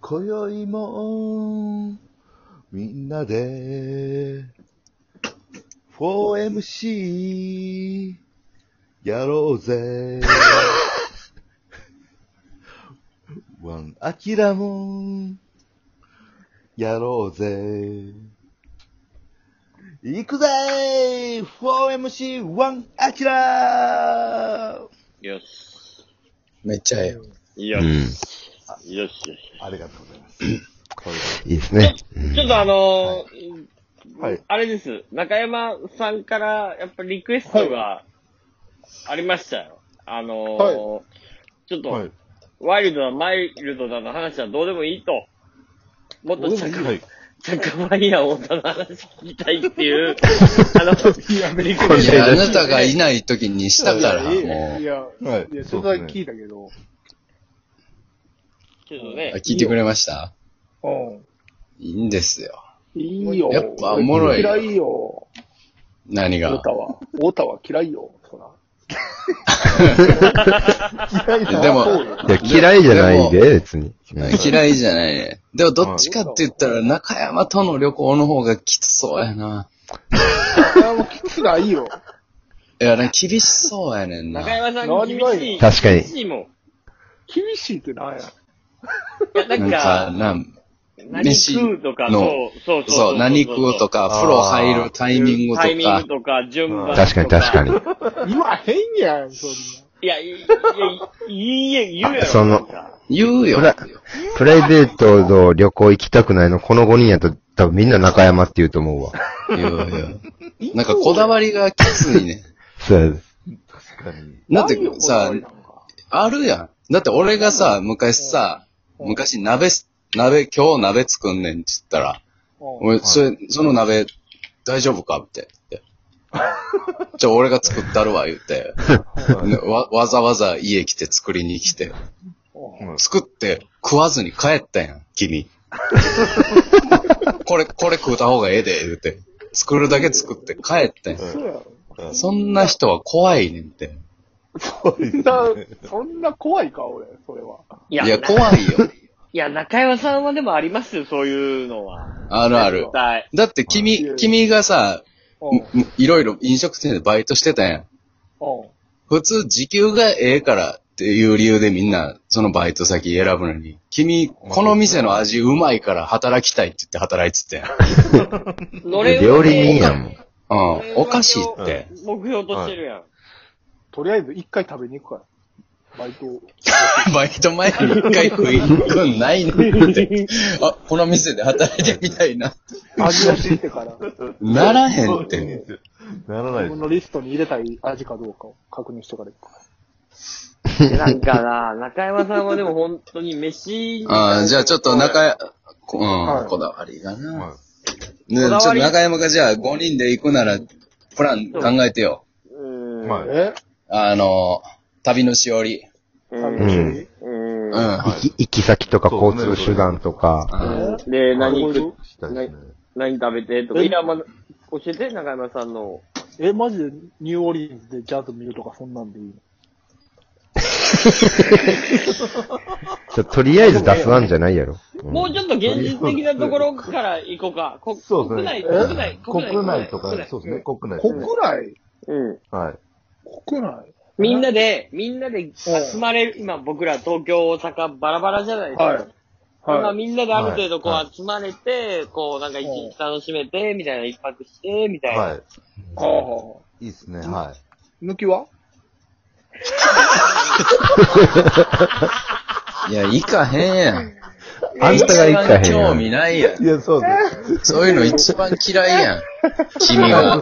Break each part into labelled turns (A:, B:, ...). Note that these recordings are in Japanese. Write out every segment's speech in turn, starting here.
A: 今宵も、みんなで、4MC、やろうぜ。 ワン、アキラも、やろうぜ。行くぜ !4MC1 アキラー
B: よし。
C: めっちゃええよ。
B: よし。よ
D: うん。
B: しよし。
A: ありがとうございます。これ
D: いいですね。
B: ちょっとあのー
A: はい
B: あれです。中山さんから、やっぱリクエストがありましたよ。あのー
C: はい
B: ちょっと、
A: はい。
B: ワイルドだ、マイルドだの話はどうでもいいと。もっとチャ
A: はい
B: ック、チャックマイヤー女の話聞きたいっ ていう、あの、リクエ
C: い
B: ス
C: や、あ
B: ト
C: なたがいない時にしたから、もう
E: いや、い。や、い
A: はい
E: やいやちょっとだけ聞いたけど、
B: ちょっと
C: あ
B: ね、
C: 聞いてくれました
E: うん。
C: いいんですよ。
E: いいよ。
C: やっぱおもろい
E: 嫌いよ。
C: 何
E: オ
C: が
E: タ。は。オタは嫌いよ。そら。
C: でも、
D: いや、嫌いじゃないで、別に。うん
C: 嫌いじゃないね。でも、どっちかって言ったら、中山との旅行の方がきつそうやな。
E: それはもう聞くないいよ。
C: いや、なんか厳しそうやねんな
B: 中。山さん厳しい。
D: 確かに
B: 厳。しいもん。い
E: 厳しいってなんや。
B: や、な
C: なん
B: ん
C: か、
B: か、
C: なん
B: 何食うとか、
C: 飯の
B: そう、そうそう
C: そう、何食うとか、風呂入るタイミング
B: タイ
C: と
B: ミン
C: か
B: グ、とか、順番とか。
D: 確かに確かに。
E: 言わへんやん、そん
B: いや、い いいいえ、言うやろ。
D: その
B: なんか
C: 言うよ。
D: ほらプライベートの旅行行きたくないの、この5人やと多分みんな中山って言うと思うわ。
C: 言うよ。なんか、こだわりがきついね。
D: そうやで
A: 確かに。
E: な。
C: だって
E: ないよ
C: さ
E: こだわりなんか
C: あるやん。だって俺がさ、昔さ、
E: うん
C: 昔鍋す、鍋、今日鍋作んねんって言ったら、お
E: うん
C: 前、それ、その鍋、大丈夫かみたいな。 じゃあ俺が作ったるわ、言って。ねわ、わざわざ家来て作りに来て。
A: うん
C: 作って食わずに帰ったやん、 君。これ、これ食うた方がええで、言うて。作るだけ作って帰ったや
E: そうやろ。
C: ん。そんな人は怖いねんって。
E: そんな、そんな怖いか、俺、それは。
B: い
C: い
B: や、
C: や、
B: な
C: 怖いよ。
B: いや、中山さんはでもありますよ、そういうのは。
C: あるある
B: 絶。対。
C: だって
E: いや
C: 君、君がさ、
E: うん。うん。
C: むいろいろ飲食店でバイトしてたやん。普通時給がええからっていう理由でみんなそのバイト先選ぶのに、君、この店の味うまいから働きたいって言って働いてたやん。
B: のれん
D: 料理人やもん。
C: うん。おかし いって。
B: 目標としてるやん。
E: とりあえず一回食べに行くから。バイトを。
C: バイト前に一回食いに行くんないねんって。あ、この店で働いてみたいな。
E: 味を知っ てから、自
C: ならへんって。
A: ならないで
E: 分
A: す。
E: のリストに入れたい味かどうかを確認してから行くから。
B: なんかな、中山さんはでも本当に飯
C: あーじゃあちょっと中や、こ
E: は
C: う
E: い
C: ん、こだわりがな。
A: は
C: ね、ちょっと中山がじゃあ5人で行くなら、プラン考えてよ。
B: うん。
A: はい
E: え
C: あの、旅のしおり。
B: うん
D: うん
B: うん
C: うん。
D: 行き行き先とか交通手段とか。
C: うん
B: で、何
E: こういう
B: 食
E: こ、
A: したいですね。
B: 何食べてとか。
E: え
B: いや、まあ、教えて、中山さんの。
E: とえ、マジでニューオリンズでジャズ見るとかそんなんでいいの
D: ちょとりあえず出すなんじゃないやろ。うん
B: もうちょっと現実的なところから行こうか。こ
A: そう
B: 国
A: ですね
B: 内、。国内、
A: 国内とか
B: 国、内
A: そうですね、国内。
E: 国内
B: うん。
A: はい。
E: 国内
B: みんなで、みんなで集まれる、今僕ら東京、大阪、バラバラじゃないですか。
E: はい。
B: まあ
E: はい。
B: みんなである程度こ
A: はいう
B: 集まれて、こうなんか一日楽しめて、みたいな一泊して、みたいな。
A: は
E: ああ。
A: い。いいっすね、は
E: 抜きは
C: いや、行かへんやん。
D: あんたが行かへん
C: 一番興味
D: やん。
C: ないやん
A: い。い。や、そうです。
C: そういうの一番嫌いやん。君が。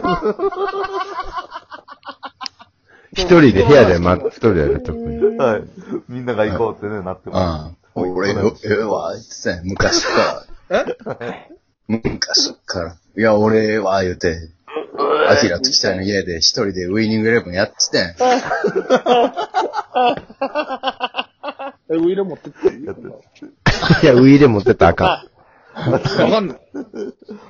D: 一人で部屋で待っ一人やで特に。
A: はい。みんなが行こうってね、なってま
C: うん。俺、ええわ、言ってたやん。昔から。昔から。いや、俺、ええわ、言うて。アキラと北の家で一人でウィニングイレブンやってたやん。
E: え、ウィル持ってっていい
A: や
E: わ
A: ってる
D: いや、ウィーで持ってったらあか
E: かんない。
A: す。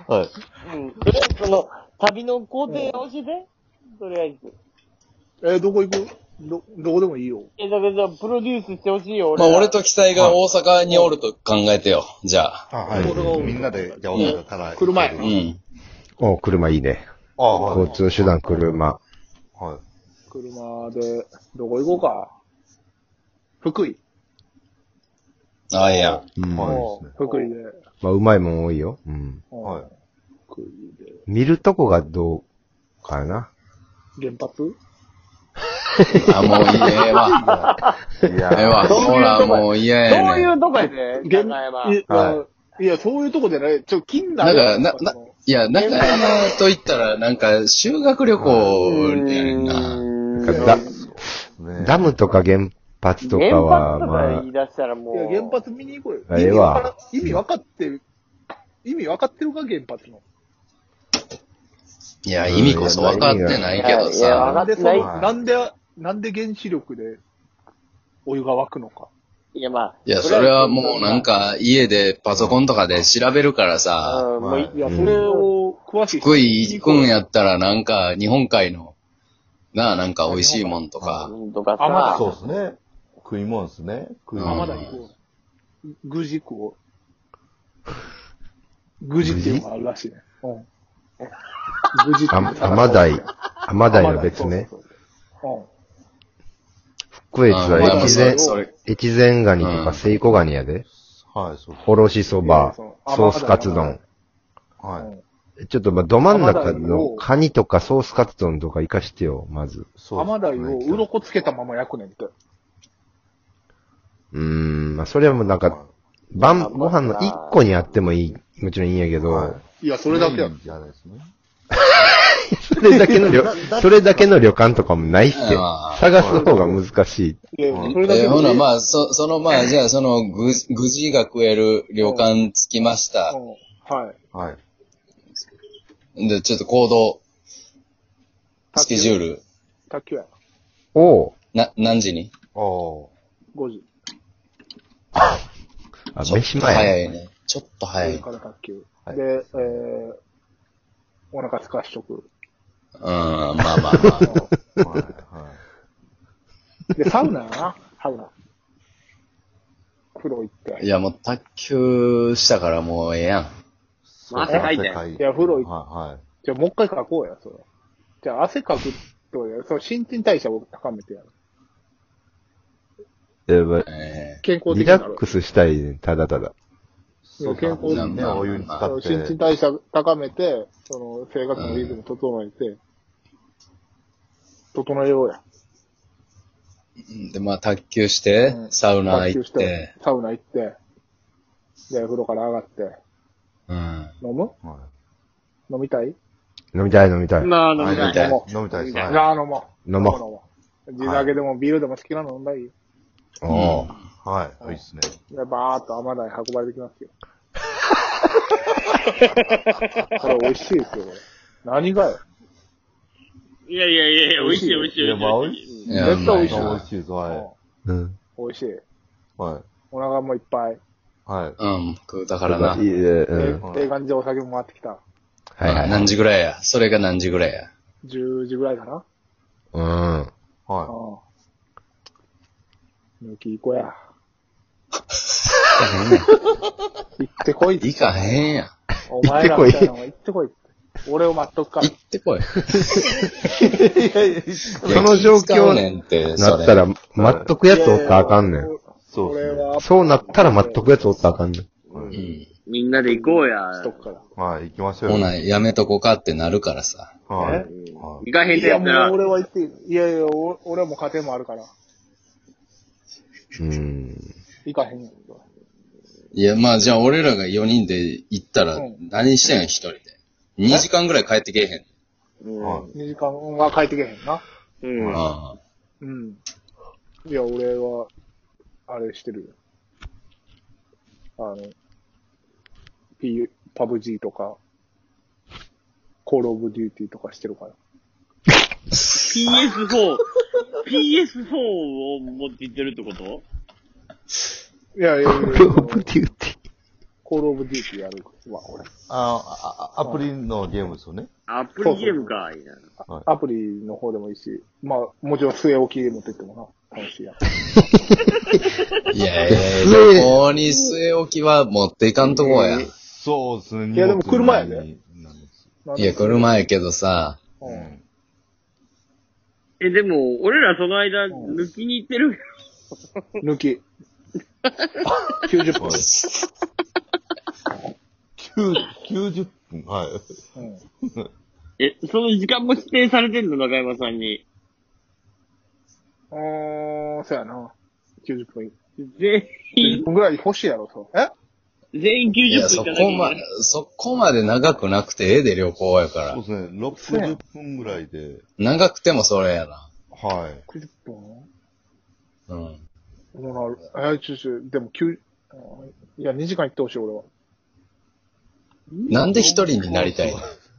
A: はい。
B: うん。とりあえずその、旅の工程を教えて。とりあえず。
E: え、どこ行く
D: ん。
E: ど、どこでもいいよ。
F: え、だからじゃあプロデュースしてほしいよ、
C: まあ、
F: ら
C: 俺と記載が大阪におると考えてよ。じゃあ。
A: あ、は
E: これが多い
A: い。みんなで、じゃあ、大阪から。
E: 車や
A: う
E: なん
C: うん。
D: お車いいね。
A: ああ、はい。
D: 交通手段車。
A: はい。
E: 車で、どこ行こうか。福井。
C: ああ、いや。
D: うん。
A: はい
D: ま
E: うん福井で。
D: あ、うまいもん多いよ。うん。
E: うん
A: はい
E: 福井で。
D: 見るとこがどうかな。
E: 原発
C: あ、も う嫌やわ。
A: いや
C: ええわ。
F: そういうとこ
C: ほら、もう嫌や
F: そう
C: ね
F: い
C: ん。
F: うとこやで、
E: 原
F: 中山。
E: いや、
A: はい
E: や、そういうとこじゃない。ちょ、金
C: な
E: だ
C: んか、な、な、いや、中山と言ったら、なんか、修学旅行みたいな。
F: う
D: だ
F: ーん
A: ね
D: ダムとか原発とか
F: 原発と
D: は、
F: か
D: ま
F: 言い出したらも。
E: いうや、原発見に行こうよ。
D: ええわ
E: 意味わからん意味分かってる。意味分かってるか、原発の。
C: いや、意味こそ分かってないけ
F: いやいや
C: ど
F: わ
C: さ。
F: か
E: な
F: っ
E: ん
F: て
E: で、
F: ない
E: その、
A: はい
E: なんで、なんで原子力でお湯が沸くのか。
F: いや、まあ。
C: いや、それはもうなん、か、家でパソコンとかで調べるからさ。
F: うん、もうい
A: はい
E: いや、
D: うん
E: それを詳しい人
C: 福井行くんやったら、なんか、日本海の、なあ、なんか美味しいもんとか。
F: うんとか
E: あまだ
F: さ、
A: そうですね。食い物ですね。食い
E: あ、ま
A: 物。
E: だ行こう。ぐじくを。ぐじっていうのがあるらしいね。うん。ぐじっていうのが
D: あ、
E: ある
D: 甘鯛、甘鯛は別ね。
E: そうそうそう
D: 福井は
C: まあまあ
D: 越
C: それ
D: 前、
C: それ
D: 越前ガニと
C: うん
D: かセイコガニやで。
A: はい、そうです。
D: おろしそば、
E: そう
D: ソースカツ丼。
E: う
A: は
E: ん
A: い。
D: ちょっとまあ、ど真ん中
E: 甘鯛を
D: のカニとかソースカツ丼とか生かしてよ、まず。
E: う
A: そ
E: ん。
A: うです
E: 甘鯛を鱗つけたまま焼くねんって。
D: うーん、まあ、それはもうなんか、
F: まあ
D: 晩、ご飯の一個にあってもいい、もちろんいいんやけ
A: はい
D: ど、
E: いや、それだけや
A: メイン。じゃないですね。
D: それだけの旅、それだけの旅館とかもないって
C: まあ。
D: 探す方が難し
E: い
D: い。
E: や、それだけ
C: え
E: で
C: ほな、まあ、そ、その、ま あ、じゃあ、その、ぐ、ぐじが食える旅館着きました
E: う。んはい。
A: はい。
C: で、ちょっと行動、スケジュール、
E: 卓球や。
D: おう
C: な、何時に
A: ああ。
E: 5時。
D: あ、
C: ちょっ
D: 飯
C: と
D: 前。
C: 早いね。ちょっと早
E: 5時
C: い。
E: から卓球。
A: はい
E: で、えー、お腹すかしとく。
C: うん、まあまあまあ。
A: はい。はい。
E: で、サウナやな。サウナ。風呂行っ て。
C: いや、もう、卓球したからもうええやん。
A: そう
B: 汗かいて
A: い
E: いや風呂行っ
A: は
E: じゃあ、もう一回書こうや、それ。じゃあ、汗かくとや、その新陳代謝を高めてやる。
D: やばい
C: え
E: 健康的
D: リ
E: にな
D: ラ
E: る
D: ックスしたいね、ただただ。
A: い。そう
E: 健康的な
A: ね、お湯に
C: あ
A: 使
E: そ
A: っ
E: の
A: て。
E: 新陳代謝高めて、その生活のリズム整えて、整えようや。
C: えで、まあ、卓球して
E: う、ん
C: サウナ
E: 卓
C: 行
E: 球
C: っ
E: して
C: て、、
E: サウナ行って、で、風呂から上がって、
C: うん。
E: 飲む
A: は
E: 飲みたい
D: 飲みたい飲みたい。
F: まあ、飲
A: い
F: みた。
C: はいい
A: 飲みたい。飲みたいです。
E: じゃ
A: は
E: あ飲もう。
D: 飲もう
E: う。地酒でもビールでも好きなの飲んだらいいよ。
D: おう
A: い。はい。いいっすね。
E: で、バーっと甘鯛運ばれてき ますよ。これ美味しいですよ、これ。何がよ。
B: いやいやいやいや、美味しい美味しい。
A: いや、まあ、美味
B: い。
A: しい。
C: いや
E: 絶対美味し
A: 美
E: い
A: 味しいです。は
D: うん。
E: 美味しい。
A: い。はい。
E: お腹もいっぱい。
A: はい。
C: うん、食うたからな。
D: いいえ、うん。
E: ええ感じでお酒も回ってきた。
D: はいはい。
C: 何時ぐらいやそれが何時ぐらいや
E: 10時ぐらいかな。
D: うん。
A: は
E: うん。抜き行こう や。行ってこいって
C: 行かへんやん。
E: お前らみたいなのが行ってこいって。俺を待っとくから
C: 行。ってこい。
D: その状況
C: ねんって、
D: な
C: そ
D: ったら、
C: れ。
D: 待っとくやつおったらあかんねん。
A: そうですね
E: 俺は
D: そうなったら待っとくやつおったらあかんねん。
C: う
A: い。
C: ん。
B: みんなで行こうや。
E: しとくから。
A: はい。行きましょう
C: ほ
A: よ。
C: な、やめとこかってなるからさ。
A: はい。はい
E: え
B: 行かへん
E: い
B: てや
E: や、
B: っ
E: も
B: た
E: う
B: ら。
E: 俺は行っていい。いやいや、お俺はもう家庭もあるから。
D: うん。
E: 行かへんやん。
C: いや、まあじゃあ俺らが4人で行ったら
E: うん、
C: 何してんの一人で。2時間ぐらい帰ってけえへん。
A: は
E: 2時間は帰ってけへんな。
B: うん。うん。
C: あ
E: うん。いや、俺は、あれしてるよ。あの、P、パブ G とか、コールオブデューティーとかしてるから。
B: PS4。PS4 を持って行ってるってこと
E: いやいやいやいや
D: プロオブデューティー。
E: コールオブデューティーやるわ、俺。
A: ああ、アプリのゲームですよね。
B: アプリゲームか、いいな。
E: アプリの方でもいいし、まあ、もちろん据え置きで持ってってもな、楽しいやん。
C: いやい
D: いや
C: や、
D: 据え
C: 旅行に据え置きは持っていかんとこや。
A: そうですね。
E: いやでも車やで
A: 荷物なんです
C: いや、車やけどさ、
E: う。
A: うんん
B: え、でも、俺らその間、抜きに行ってる。
E: 抜き。90分。
A: 9 90分。はい。
E: うん。
B: え、その時間も指定されてんの、中山さんに。
E: うーん、そうやな。90分。
B: 全
E: 90
B: 員、
E: 分ぐらい欲しいやろ、そう。え
B: 全員90分
C: いや、そ
B: 行かなきゃい
C: こ
B: け
C: ま
B: ない。、
C: そこまで長くなくてええで旅行やか
A: そう
C: ら
A: で。すね。60分ぐらいで。
C: 長くてもそれやな。
A: はい。
E: ?90 分
C: うん。
E: もうな、え、ちょちょ、でも9、あーいや、2時間行ってほしい、俺は。
C: なんで一人になりたい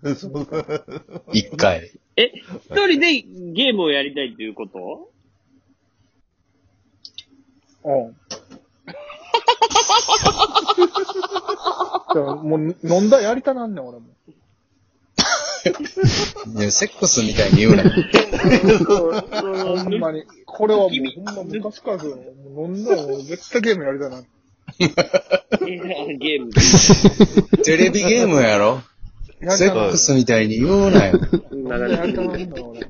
C: の一回。
B: え、一人でゲームをやりたいっていうこと
E: うん。 でももう、飲んだらやりたなんねん、俺も。
C: いやセックスみたいに言うなよ。
E: ほんまに。これはもう、ほんま昔からそう。もう飲んだらもう絶対ゲームやりたいな。
B: いやゲーム。
C: テレビゲームやろ
E: やり
C: セ
E: たな
C: ックスみたいに言うなよ。
E: 飲んだらやりたなんねん、俺。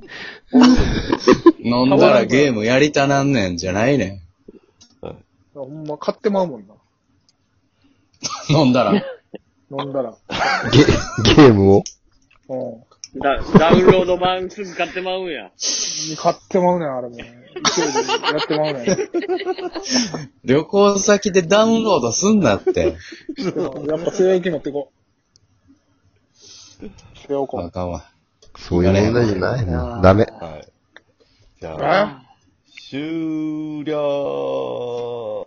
C: 飲んだらゲームやりたなんねんじゃないね
E: ほんま、買ってまうもんな。
C: ん。飲んだら。
E: 飲んだら。
D: ゲ、ゲームを
E: うん。
B: ダダウンロード版すぐ買ってまうんや。
E: 買ってまうねん、あれも。勢いでやってまうねん。
C: 旅行先でダウンロードすんなって。
E: でもやっぱ据え置き持ってこう。据え置
C: あ
E: こ
C: かんわ。
D: そういう問題じゃないな。ダメ。
A: はい。じ
E: う。
A: ゃあ、
E: あ
A: 終了